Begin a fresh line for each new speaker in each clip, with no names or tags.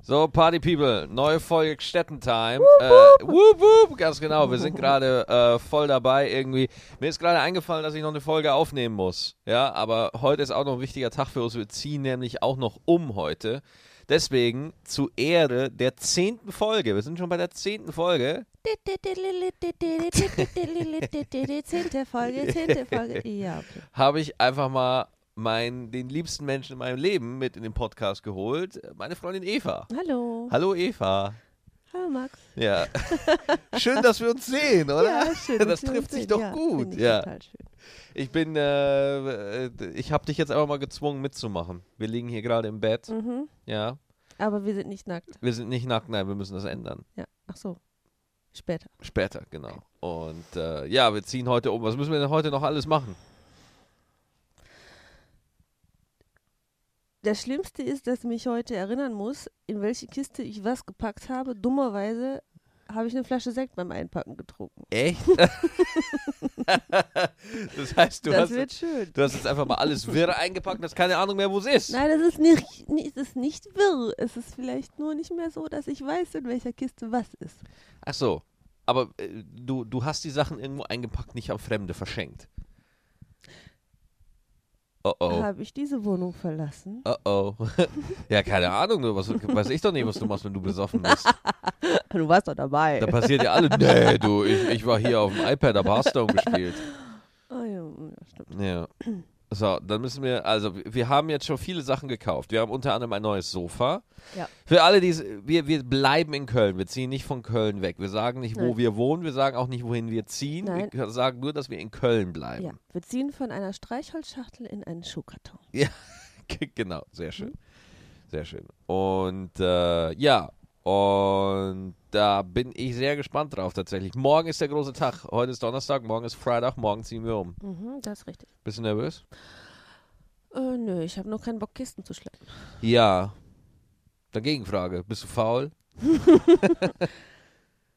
So, Party People, neue Folge Städtentime. Äh, wup, wup, ganz genau, wir sind gerade äh, voll dabei irgendwie. Mir ist gerade eingefallen, dass ich noch eine Folge aufnehmen muss. Ja, aber heute ist auch noch ein wichtiger Tag für uns. Wir ziehen nämlich auch noch um heute. Deswegen zu Ehre der zehnten Folge. Wir sind schon bei der zehnten Folge.
Zehnte Folge, zehnte Folge. Ja, okay.
habe ich einfach mal meinen, den liebsten Menschen in meinem Leben mit in den Podcast geholt, meine Freundin Eva.
Hallo.
Hallo Eva.
Hallo Max.
Ja. schön, dass wir uns sehen, oder?
Ja, schön,
das
dass wir uns
trifft sich
sehen.
doch
ja,
gut,
Finde ich
ja.
Total schön.
Ich bin, äh, äh, ich habe dich jetzt einfach mal gezwungen mitzumachen. Wir liegen hier gerade im Bett,
Mhm.
ja.
Aber wir sind nicht nackt.
Wir sind nicht nackt, nein, wir müssen das ändern.
Ja. Ach so. Später.
Später, genau. Und äh, ja, wir ziehen heute um. Was müssen wir denn heute noch alles machen?
Das Schlimmste ist, dass ich mich heute erinnern muss, in welche Kiste ich was gepackt habe. Dummerweise habe ich eine Flasche Sekt beim Einpacken getrunken.
Echt? das heißt, du
das
hast,
wird schön.
du hast jetzt einfach mal alles wirr eingepackt und hast keine Ahnung mehr, wo es ist.
Nein, das ist nicht, nicht, es ist nicht wirr. Es ist vielleicht nur nicht mehr so, dass ich weiß, in welcher Kiste was ist.
Ach so. Aber äh, du, du hast die Sachen irgendwo eingepackt, nicht an Fremde verschenkt. Oh oh.
Habe ich diese Wohnung verlassen?
Oh oh. ja, keine Ahnung. du, Was, weiß ich doch nicht, was du machst, wenn du besoffen bist.
Du warst doch dabei.
Da passiert ja alles. Nee, du, ich, ich war hier auf dem iPad, habe Hearthstone gespielt.
Ah, ja, ja, stimmt.
Ja. So, dann müssen wir, also wir haben jetzt schon viele Sachen gekauft. Wir haben unter anderem ein neues Sofa.
Ja.
Für alle, die es- wir, wir bleiben in Köln, wir ziehen nicht von Köln weg. Wir sagen nicht, wo
Nein.
wir wohnen, wir sagen auch nicht, wohin wir ziehen.
Nein.
Wir sagen nur, dass wir in Köln bleiben.
Ja, wir ziehen von einer Streichholzschachtel in einen Schuhkarton.
genau, sehr schön. Sehr schön. Und äh, ja, und da bin ich sehr gespannt drauf tatsächlich. Morgen ist der große Tag. Heute ist Donnerstag, morgen ist Freitag, morgen ziehen wir um.
Mhm, das ist richtig.
Bist du nervös?
Äh, nö, ich habe nur keinen Bock, Kisten zu schleppen.
Ja. Dann Gegenfrage. Bist du faul?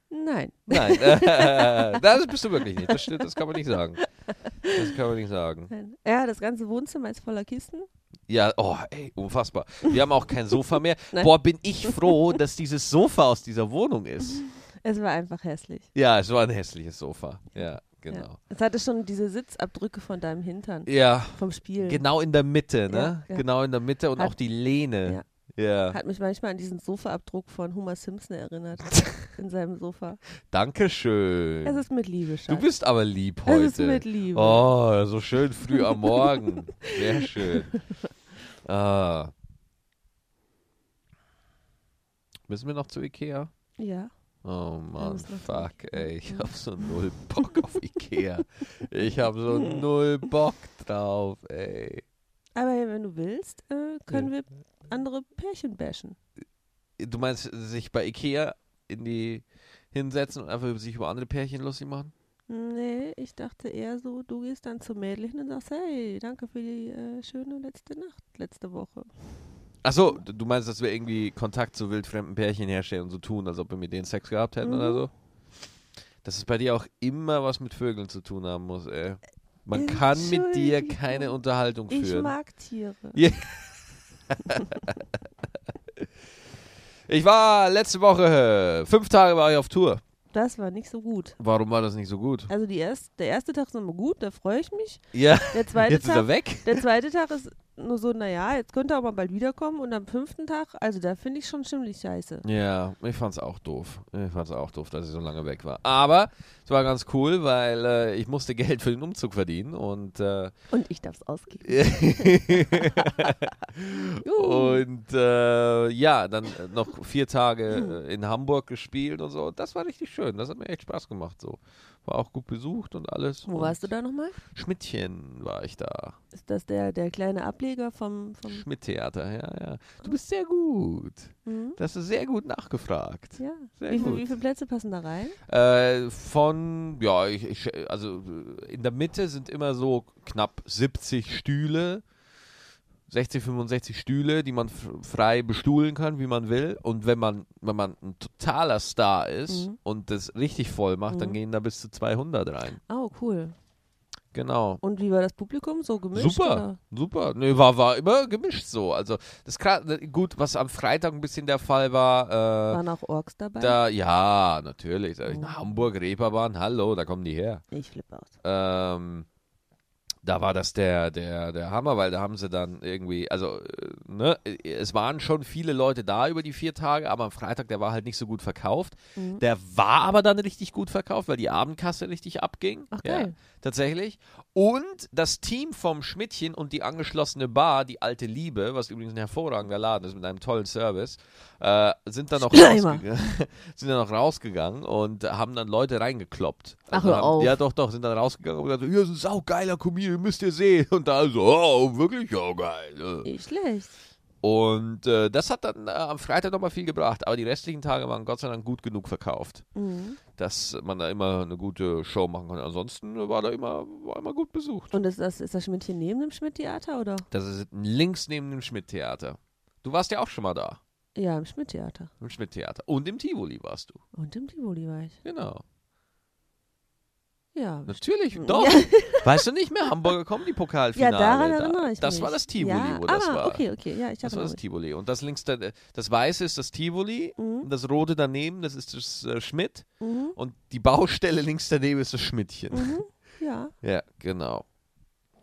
Nein.
Nein. das bist du wirklich nicht. Das stimmt, das kann man nicht sagen. Das kann man nicht sagen.
Nein. Ja, das ganze Wohnzimmer ist voller Kisten.
Ja, oh, ey, unfassbar. Wir haben auch kein Sofa mehr.
Nein.
Boah, bin ich froh, dass dieses Sofa aus dieser Wohnung ist.
Es war einfach hässlich.
Ja, es war ein hässliches Sofa. Ja, genau.
Ja. Es hatte schon diese Sitzabdrücke von deinem Hintern.
Ja,
Vom Spiel.
genau in der Mitte, ne?
Ja, ja.
Genau in der Mitte und
Hat-
auch die Lehne. Ja.
Hat mich manchmal an diesen Sofaabdruck von Homer Simpson erinnert. in seinem Sofa. Es
Dankeschön.
ist mit Liebe, Schatz.
Du bist aber lieb heute.
es ist mit Liebe.
Oh, so schön früh am Morgen. Sehr schön. Ah. Müssen wir noch zu Ikea?
Ja.
Oh Mann,
müssen noch zu
fuck,
Ikea.
ey. Ich hab so null Bock auf Ikea. Ich hab so null Bock drauf, ey.
Aber wenn du willst, äh, können wir andere Pärchen bashen.
Du meinst, sich bei Ikea in die hinsetzen und einfach sich über andere Pärchen lustig machen?
Nee, ich dachte eher so, du gehst dann zum Mädel hin und sagst, hey, danke für die äh, schöne letzte Nacht, letzte Woche.
Achso, du meinst, dass wir irgendwie Kontakt zu wildfremden Pärchen herstellen und so tun, als ob wir mit denen Sex gehabt hätten
Mhm.
oder so? Dass es bei dir auch immer was mit Vögeln zu tun haben muss, ey. Man kann mit dir
Äh, Entschuldigung.
keine Unterhaltung
Ich
führen.
mag Tiere.
Ja. Ich war letzte Woche, äh, fünf Tage war ich auf Tour.
Das war nicht so gut.
Warum war das nicht so gut?
Also die erst, der erste Tag ist immer gut, da freue ich mich.
Ja,
Der zweite,
jetzt ist er
Tag,
weg.
der zweite Tag ist nur so, naja, jetzt könnte er aber bald wiederkommen. Und am fünften Tag, also da finde ich schon ziemlich scheiße.
Ja, ich fand's auch doof. Ich fand's auch doof, dass ich so lange weg war. Aber es war ganz cool, weil äh, ich musste Geld für den Umzug verdienen und äh,
Und ich darf es ausgeben. Juhu.
und äh, ja, dann äh, noch vier Tage äh, in Hamburg gespielt und so. Das war richtig schön. Das hat mir echt Spaß gemacht. So. War auch gut besucht und alles.
Wo
und
warst du da nochmal?
Schmidtchen war ich da.
Ist das der, der kleine Ableger vom... vom
Schmidt-Theater, ja, ja. Du bist sehr gut.
mhm.
Das ist sehr gut nachgefragt.
Ja.
Sehr
wie, viel-
gut.
wie viele Plätze passen da rein?
Äh, von, ja, ich, ich, also äh, in der Mitte sind immer so knapp 70 Stühle, 60, 65 Stühle, die man f- frei bestuhlen kann, wie man will. Und wenn man, wenn man ein totaler Star ist
Mhm.
und das richtig voll macht, dann
Mhm.
gehen da bis zu 200 rein.
Oh, cool.
Genau.
Und wie war das Publikum? So gemischt?
Super,
Oder?
super. Nee, war, war immer gemischt so. Also, das ist klar, gut, was am Freitag ein bisschen der Fall war, äh,
Waren auch Orks dabei?
da, ja, natürlich. Also,
Mhm.
in Hamburg, Reeperbahn, hallo, da kommen die her.
ich flippe aus.
Ähm, da war das der, der, der Hammer, weil da haben sie dann irgendwie, also, äh, ne, es waren schon viele Leute da über die vier Tage, aber am Freitag, der war halt nicht so gut verkauft.
Mhm.
Der war aber dann richtig gut verkauft, weil die Abendkasse richtig abging.
Ach,
Ja,
geil.
tatsächlich. Und das Team vom Schmidtchen und die angeschlossene Bar, die alte Liebe, was übrigens ein hervorragender Laden ist mit einem tollen Service, äh, sind dann noch
Schleimer.
rausgegangen sind dann noch rausgegangen und haben dann Leute reingekloppt. Also
Ach, hör
haben,
auf.
Ja, doch, doch, sind dann rausgegangen und gesagt, hier ist ein saugeiler Comedian, müsst ihr sehen. Und da so, oh, wirklich, ja, geil. ne?"
Nicht schlecht.
Und äh, das hat dann äh, am Freitag nochmal viel gebracht, aber die restlichen Tage waren Gott sei Dank gut genug verkauft,
Mhm.
dass man da immer eine gute Show machen konnte. Ansonsten war da immer, war immer gut besucht.
Und ist das, ist das Schmidtchen neben dem Schmidt-Theater oder?
Das ist links neben dem Schmidt-Theater. Du warst ja auch schon mal da,
Ja, im Schmidt-Theater.
im Schmidt-Theater. Und im Tivoli warst du.
Und im Tivoli war ich.
Genau.
Ja.
Natürlich, doch.
Ja,
Weißt du nicht mehr, Hamburger Comedy-Pokalfinale.
ja daran
da.
erinnere ich
Das
mich.
war das Tivoli,
ja,
wo das
ah,
war.
okay, okay. Ja, genau. ich
Das
habe
war Also das Tivoli. Und das links, da, das Weiße ist das Tivoli,
Mhm.
das Rote daneben, das ist das äh, Schmidt.
Mhm.
Und die Baustelle links daneben ist das Schmidtchen.
Mhm. Ja,
Ja, genau.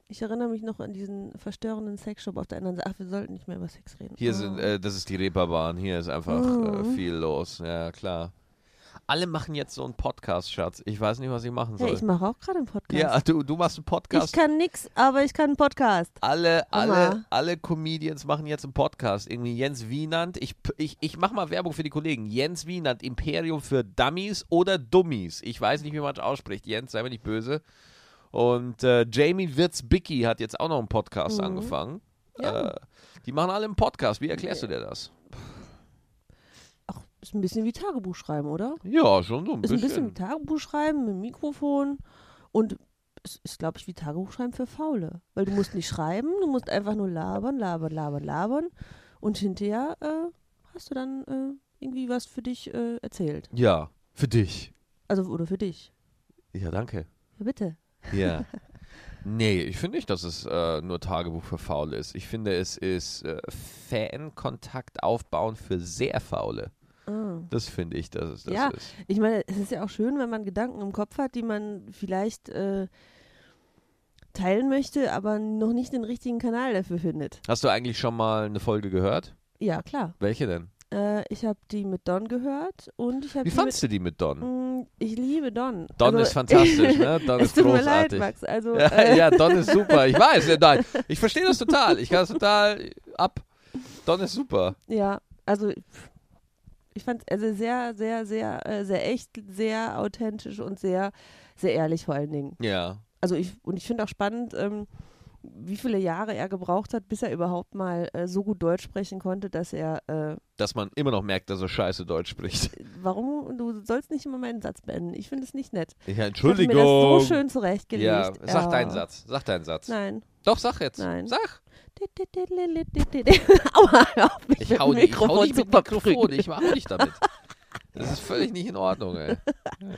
ich erinnere mich noch an diesen verstörenden Sexshop auf der anderen Seite. Ach, wir sollten nicht mehr über Sex reden.
Hier
Ah.
sind, äh, das ist die Reeperbahn, hier ist einfach äh,
Mhm.
viel los. Ja, klar. Alle machen jetzt so einen Podcast, Schatz. Ich weiß nicht, was ich machen
hey,
soll.
ich mache auch gerade einen Podcast.
ja, du, du machst einen
ich
Podcast.
kann nix, aber ich kann einen Podcast.
Alle, alle,
Hammer.
alle Comedians machen jetzt einen Podcast. Irgendwie Jens Wienand. Ich, ich, ich mache mal Werbung für die Kollegen. Jens Wienand, Imperium für Dummies oder Dummies. Ich weiß nicht, wie man es ausspricht. Jens, sei mir nicht böse. Und äh, Jamie Wirtz-Bicky hat jetzt auch noch einen Podcast
Mhm.
angefangen.
Ja.
Äh, die machen alle einen Podcast. Wie erklärst du dir das?
Ach, ist ein bisschen wie Tagebuch schreiben, oder?
Ja, schon so ein
Ist ein bisschen wie
bisschen.
Tagebuch schreiben mit Mikrofon und es ist, glaube ich, wie Tagebuch schreiben für Faule. Weil du musst nicht schreiben, du musst einfach nur labern, labern, labern, labern und hinterher äh, hast du dann äh, irgendwie was für dich äh, erzählt.
Ja, für dich.
Also, oder für dich.
Ja, danke.
Ja, bitte.
Ja. Nee, ich finde nicht, dass es äh, nur Tagebuch für Faule ist. Ich finde, es ist äh, Fankontakt aufbauen für sehr Faule.
Ah.
Das finde ich, dass es das
Ja.
ist.
Ich meine, es ist ja auch schön, wenn man Gedanken im Kopf hat, die man vielleicht äh, teilen möchte, aber noch nicht den richtigen Kanal dafür findet.
Hast du eigentlich schon mal eine Folge gehört?
Ja, klar.
Welche denn?
Äh, ich habe die mit Don gehört und ich habe
Wie
die mit
fandst du die mit Don?
Mm, Ich liebe Don.
Hm, Don
also,
ist fantastisch, ne? Don
es
ist
tut mir leid,
großartig.
Max. Also,
ja,
äh,
ja, Don ist super. Ich weiß, ja, nein. Ich verstehe das total. Ich kann das total ab. Don ist super.
ja, also pff, ich fand es also sehr, sehr, sehr, äh, sehr echt, sehr authentisch und sehr, sehr ehrlich vor allen Dingen.
Ja.
Also ich und ich finde auch spannend, ähm, wie viele Jahre er gebraucht hat, bis er überhaupt mal äh, so gut Deutsch sprechen konnte, dass er. Äh,
Dass man immer noch merkt, dass er scheiße Deutsch spricht.
warum? Du sollst nicht immer meinen Satz beenden. Ich finde es nicht nett.
Ja,
Ich hatte
Entschuldigung.
mir das so schön zurechtgelegt.
ja, sag
Ja.
deinen Satz. Sag deinen Satz.
Nein.
Doch, sag jetzt.
Nein.
Sag.
Aua, hör auf mich
Ich
mit
hau,
dem
nicht- ich hau
Mikrofon
nicht
zu
mit Mikrofon.
verprügeln.
Ich mach nicht damit. Das ist völlig nicht in Ordnung, ey.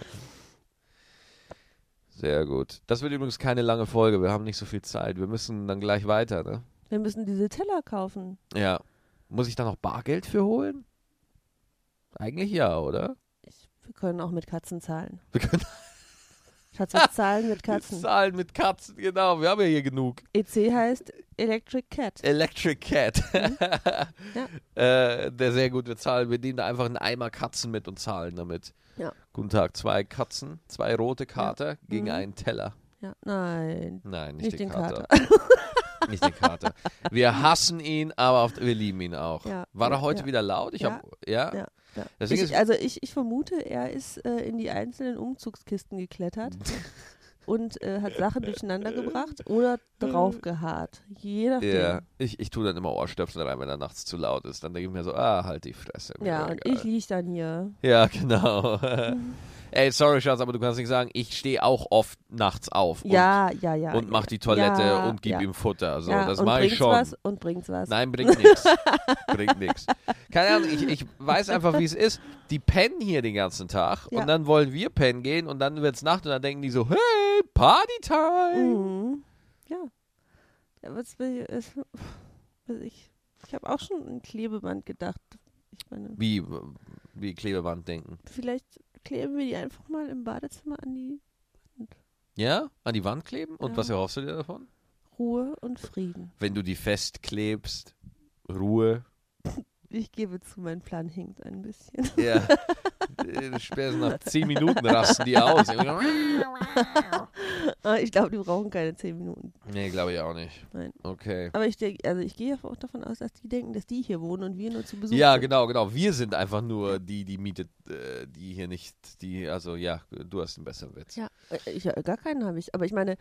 Sehr gut. Das wird übrigens keine lange Folge. Wir haben nicht so viel Zeit. Wir müssen dann gleich weiter, ne?
Wir müssen diese Teller kaufen.
Ja. Muss ich da noch Bargeld für holen? Eigentlich ja, oder?
Ich, wir können auch mit Katzen zahlen.
Wir können
Schatz, wir zahlen mit Katzen.
zahlen mit Katzen, genau. Wir haben ja hier genug.
EC heißt Electric Cat.
Electric Cat.
Mhm.
äh, der sehr gut, wir zahlen, wir nehmen da einfach einen Eimer Katzen mit und zahlen damit.
Ja.
Guten Tag, zwei Katzen, zwei rote Kater gegen
Mhm.
einen Teller.
Ja, nein,
Nein, nicht,
nicht, den Kater.
Nicht den Kater. Wir hassen ihn, aber auf, wir lieben ihn auch.
Ja,
War er
ja,
heute
ja.
wieder laut? Ich
Ja,
hab, ja?
ja, ja.
Deswegen
Ich,
ist-
also ich, ich vermute, er ist äh, in die einzelnen Umzugskisten geklettert und äh, hat Sachen durcheinander gebracht oder draufgeharrt. Je nachdem.
Ja. Ich, ich tue dann immer Ohrstöpsel rein, wenn er nachts zu laut ist. Dann denke ich mir so, ah, halt die Fresse. mir
Ja,
doch
und
egal.
ich Mhm. liege dann hier.
Ja, genau. Ey, sorry, Schatz, aber du kannst nicht sagen, ich stehe auch oft nachts auf. um Und
ja, ja, ja.
und
ja.
mach die Toilette
Ja,
und gib
ja.
ihm Futter. So,
ja,
das
und
mache ich
bringt's
schon.
Was und bringt's was.
Nein, bringt nichts. Bringt nichts. Keine Ahnung, ich, ich weiß einfach, wie es ist. Die pennen hier den ganzen Tag
Ja.
und dann wollen wir pennen gehen und dann wird's Nacht und dann denken die so, hey, Partytime.
Mhm. Ja. ja was will ich, ist, was ich, ich habe auch schon ein Klebeband gedacht. Ich meine,
Wie, wie Klebeband denken.
vielleicht kleben wir die einfach mal im Badezimmer an die
Ja? An die Wand kleben? Und
Ja.
was erhoffst du dir davon?
Ruhe und Frieden.
Wenn du die festklebst, Ruhe.
Ich gebe zu, mein Plan hinkt ein bisschen.
Ja. Äh, Spätestens nach 10 Minuten rasten die aus.
Aber Ah, ich glaube, die brauchen keine zehn Minuten.
nee, glaube ich auch nicht.
Nein.
Okay.
Aber ich denke, also ich gehe auch davon aus, dass die denken, dass die hier wohnen und wir nur zu Besuch
Ja,
sind.
genau, genau. Wir sind einfach nur die, die mietet, äh, die hier nicht, die, also ja, du hast einen besseren Witz.
Ja, äh, ich, äh, gar keinen habe ich. Aber ich meine,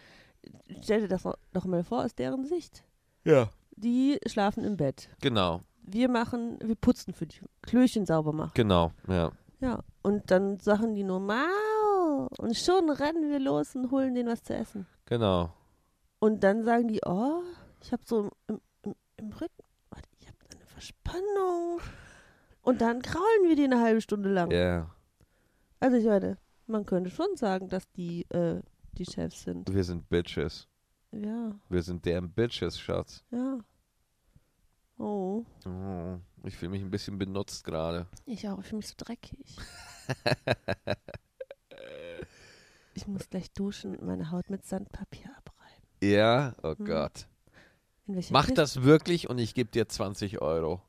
stell dir das doch- doch mal vor aus deren Sicht.
ja.
Die schlafen im Bett.
Genau,
Wir machen, wir putzen für die, Klöchen sauber machen.
genau, ja.
Ja, und dann sagen die nur Mau. Und schon rennen wir los und holen denen was zu essen.
Genau.
Und dann sagen die, oh, ich habe so im, im, im Rücken, warte, ich habe eine Verspannung. Und dann kraulen wir die eine halbe Stunde lang.
Ja.
Also ich meine, man könnte schon sagen, dass die äh, die Chefs sind.
Wir sind Bitches.
Ja,
Wir sind deren Bitches, Schatz.
ja. Oh,
Oh, ich fühle mich ein bisschen benutzt gerade.
ich auch, ich fühle mich so dreckig. ich muss gleich duschen und meine Haut mit Sandpapier abreiben.
Ja, oh
Hm.
Gott.
In welcher
Mach
Kiste-
das wirklich und ich gebe dir 20 Euro.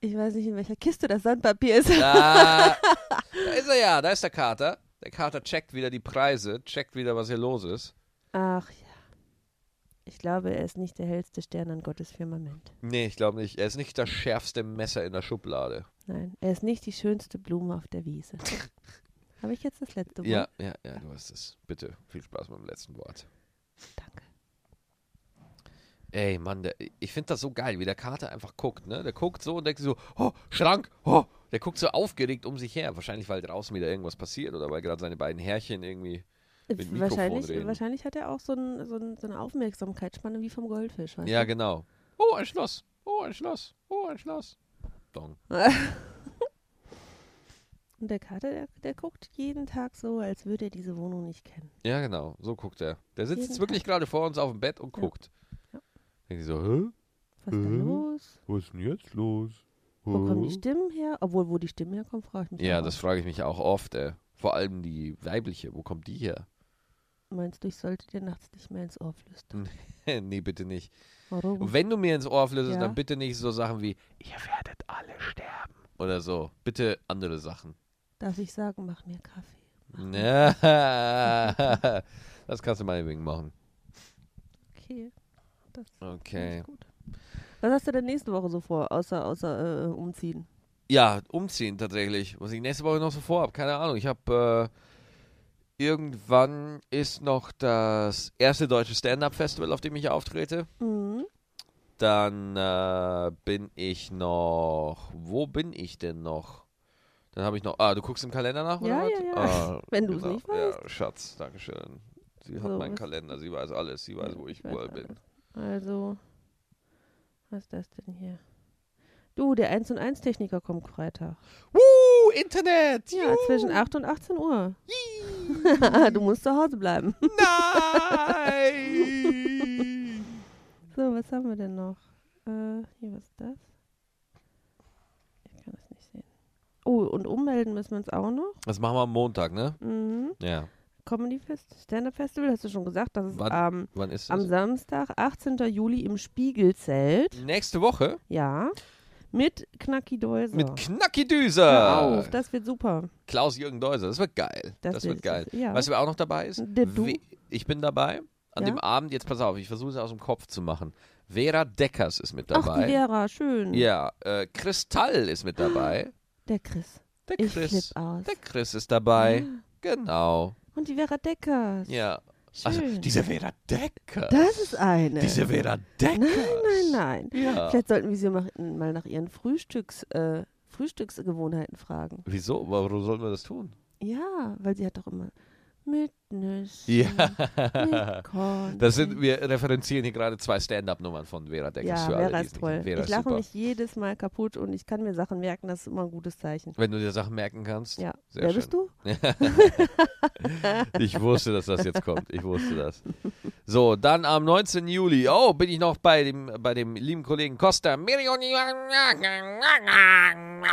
Ich weiß nicht, in welcher Kiste das Sandpapier ist.
Da, da ist er ja, da ist der Kater. Der Kater checkt wieder die Preise, checkt wieder, was hier los ist.
Ach ja. Ich glaube, er ist nicht der hellste Stern an Gottes Firmament.
Nee, ich glaube nicht. Er ist nicht das schärfste Messer in der Schublade.
Nein, er ist nicht die schönste Blume auf der Wiese. Habe ich jetzt das letzte Wort?
Ja, ja, ja, du hast es. Bitte, viel Spaß mit dem letzten Wort.
Danke.
Ey, Mann, der, ich finde das so geil, wie der Kater einfach guckt, ne? Der guckt so und denkt so, oh, Schrank, oh. Der guckt so aufgeregt um sich her. Wahrscheinlich, weil draußen wieder irgendwas passiert oder weil gerade seine beiden Härchen irgendwie. Mit Mikrofon
wahrscheinlich,
reden.
wahrscheinlich hat er auch so, ein, so, ein, so eine Aufmerksamkeitsspanne wie vom Goldfisch. Weißt
Ja,
du?
genau. Oh, ein Schloss. Oh, ein Schloss. Oh, ein Schloss. Dong.
Und der Kater, der, der guckt jeden Tag so, als würde er diese Wohnung nicht kennen.
Ja, genau. So guckt er. Der sitzt
Jeden
jetzt wirklich gerade vor uns auf dem Bett und
Ja.
guckt.
Ja.
Denkt sich so, hä?
Was ist da
Mhm.
los?
Was ist denn jetzt los?
Wo kommen
Oh.
die Stimmen her? Obwohl, wo die Stimmen herkommen, frage ich mich.
Ja,
auch.
das frage ich mich auch oft, ey. Vor allem die weibliche. Wo kommt die her?
Meinst du, ich sollte dir nachts nicht mehr ins Ohr flüstern?
Hm. nee, bitte nicht.
Warum?
Und wenn du mir ins Ohr flüsterst,
Ja.
dann bitte nicht so Sachen wie, ihr werdet alle sterben. Oder so. Bitte andere Sachen.
Darf ich sagen, mach mir Kaffee?
Na, das kannst du meinetwegen machen.
Okay. Das finde
Okay.
ich gut. Was hast du denn nächste Woche so vor, außer, außer äh, umziehen?
Ja, umziehen tatsächlich. Was ich nächste Woche noch so vorhabe, keine Ahnung. Ich habe äh, irgendwann ist noch das erste deutsche Stand-Up-Festival, auf dem ich auftrete.
Mhm.
Dann äh, bin ich noch. Wo bin ich denn noch? Dann habe ich noch. Ah, du guckst im Kalender nach,
Ja,
oder?
ja, ja.
was? Ah,
Wenn du's nicht
Ja, Schatz, Dankeschön. Sie hat
So,
meinen
was-
Kalender, sie weiß alles, sie weiß, wo ich
weiß
überall bin.
alles. Also, was ist das denn hier? Du, der 1 und 1 Techniker kommt Freitag.
Woo, Internet!
Ja,
Juhu!
zwischen 8 und 18 Uhr. Ah,
Yee!
du musst zu Hause bleiben.
Nein!
So, was haben wir denn noch? Äh, hier, was ist das? Ich kann das nicht sehen. Oh, und ummelden müssen wir uns auch noch.
Das machen wir am Montag, ne?
Mhm.
Ja.
Comedy Fest, Stand-Up Festival, hast du schon gesagt, das ist
Wann?
am,
Wann ist
am
das?
Samstag, 18. Juli im Spiegelzelt.
Nächste Woche
Ja. Mit Knacki Deuser.
mit Knacki
Hör auf,
Düser.
das wird super.
Klaus-Jürgen Deuser, das wird geil.
Das
Das,
wird-
wird geil.
ja.
Weißt du, wer auch noch dabei ist?
Der du?
We- Ich bin dabei. An
Ja?
dem Abend, jetzt pass auf, ich versuche es aus dem Kopf zu machen. Vera Deckers ist mit
Ach, die
dabei.
Vera, schön.
ja, äh, Kristall ist mit dabei.
Der Chris.
Der
Ich
Chris.
flipp aus.
Der Chris ist dabei.
Ja.
Genau.
Und die Vera Deckers.
Ja.
Schön.
Also, diese Vera Deckers.
das ist eine.
Diese Vera Deckers.
nein, nein, nein.
Ja.
Vielleicht sollten wir sie mach- mal nach ihren Frühstücks, äh, Frühstücksgewohnheiten fragen.
Wieso? Warum sollen wir das tun?
Ja, weil sie hat doch immer. mit Nüssen,
Ja.
mit Korn.
Das sind, wir referenzieren hier gerade zwei Stand-Up-Nummern von Vera Deckers.
ja,
für alle,
Vera
die es
ist
nicht
toll.
kennen. Vera
ich
ist
lache
super.
mich jedes Mal kaputt und ich kann mir Sachen merken, das ist immer ein gutes Zeichen.
Wenn du dir Sachen merken kannst.
Ja.
Sehr
Wer
schön.
bist du?
Ich wusste, dass das jetzt kommt. Ich wusste das. So, dann am 19. Juli. Oh, bin ich noch bei dem, bei dem lieben Kollegen Costa.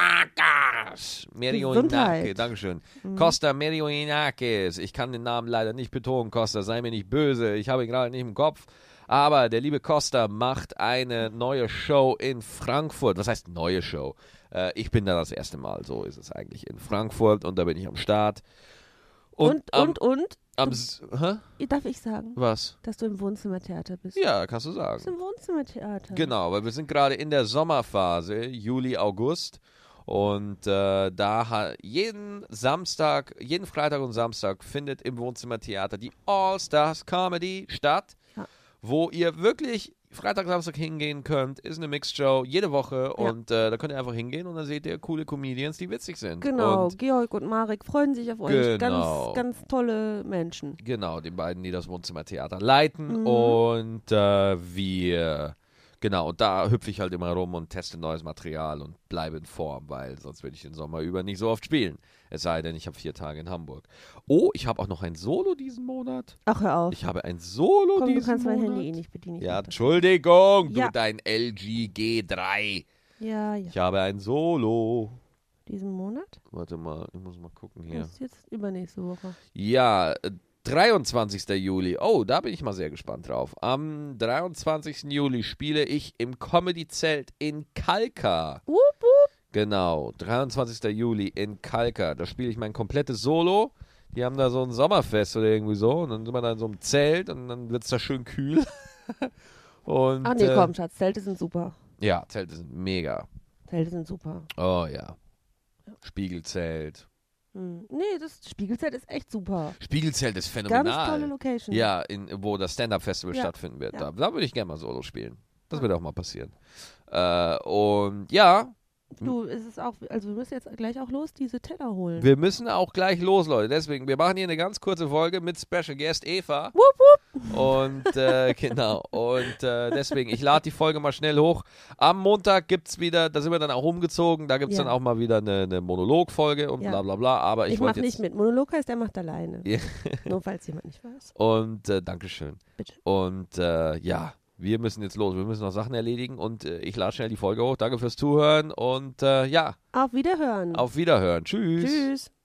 Merionakis. Merionakis.
Gesundheit. Mhm.
Dankeschön. Costa Merionakis. Ich kann den Namen leider nicht betonen, Costa. Sei mir nicht böse. Ich habe ihn gerade nicht im Kopf. Aber der liebe Costa macht eine neue Show in Frankfurt. Was heißt neue Show? Äh, ich bin da das erste Mal. So ist es eigentlich in Frankfurt und da bin ich am Start.
Und,
am-
und, und,
am S Hä?
darf ich sagen,
Was?
dass du im Wohnzimmertheater bist?
Ja, kannst du
Du bist
sagen.
im Wohnzimmertheater.
Genau, weil wir sind gerade in der Sommerphase, Juli, August. Und äh, da ha- jeden Samstag, jeden Freitag und Samstag findet im Wohnzimmertheater die All-Stars Comedy statt,
Ja.
wo ihr wirklich Freitag, Samstag hingehen könnt. Ist eine Mixed-Show, jede Woche.
Ja.
Und äh, da könnt ihr einfach hingehen und dann seht ihr coole Comedians, die witzig sind.
Genau,
Und
Georg und Marek freuen sich auf euch.
Genau.
Ganz, ganz tolle Menschen.
Genau, den beiden, die das Wohnzimmertheater leiten.
Mhm.
Und äh, wir, genau, und da hüpfe ich halt immer rum und teste neues Material und bleibe in Form, weil sonst würde ich den Sommer über nicht so oft spielen. Es sei denn, ich habe vier Tage in Hamburg. Oh, ich habe auch noch ein Solo diesen Monat.
Ach, hör auf.
Ich Oh, habe ein Solo
Komm,
diesen
du kannst mein
Monat.
Handy eh nicht bedienen. Ich
ja,
mach das.
Entschuldigung,
Ja.
du dein LG G3.
ja, ja.
Ich habe ein Solo.
Diesen Monat?
Warte mal, ich muss mal gucken hier.
Das ist jetzt übernächste Woche.
Ja, äh, 23. Juli. Oh, da bin ich mal sehr gespannt drauf. Am 23. Juli spiele ich im Comedy-Zelt in Kalka.
Wupp, wupp.
Genau, 23. Juli in Kalka. Da spiele ich mein komplettes Solo. Die haben da so ein Sommerfest oder irgendwie so. Und dann sind wir da in so einem Zelt und dann wird es da schön kühl. und,
Ach Ah, nee,
äh,
komm, Schatz, Zelte sind super.
Ja, Zelte sind mega.
Zelte sind super.
Oh ja. Spiegelzelt.
Hm. Nee, das Spiegelzelt ist echt super.
Spiegelzelt ist phänomenal.
Ganz tolle Location.
Ja, in, wo das Stand-Up-Festival
Ja.
stattfinden wird. Da,
Ja.
da würde ich gerne mal Solo spielen. Das
Ja.
wird auch mal passieren. Äh, und ja,
Du, es ist auch, also wir müssen jetzt gleich auch los diese Teller holen.
wir müssen auch gleich los, Leute. Deswegen, wir machen hier eine ganz kurze Folge mit Special Guest Eva.
Wupp, wupp.
Und äh, genau. Und äh, deswegen, ich lade die Folge mal schnell hoch. Am Montag gibt es wieder, da sind wir dann auch umgezogen, da gibt es
Ja.
dann auch mal wieder eine, eine Monolog-Folge und
Ja.
bla bla bla. Aber
Ich,
ich,
mach
wollte
nicht
jetzt.
mit. Monolog heißt, er macht alleine.
Ja.
Nur falls jemand nicht weiß.
Und äh, Dankeschön.
Bitte.
Und äh, ja, wir müssen jetzt los. Wir müssen noch Sachen erledigen und äh, ich lade schnell die Folge hoch. Danke fürs Zuhören und äh, ja,
Auf Wiederhören.
auf Wiederhören. Tschüss.
Tschüss.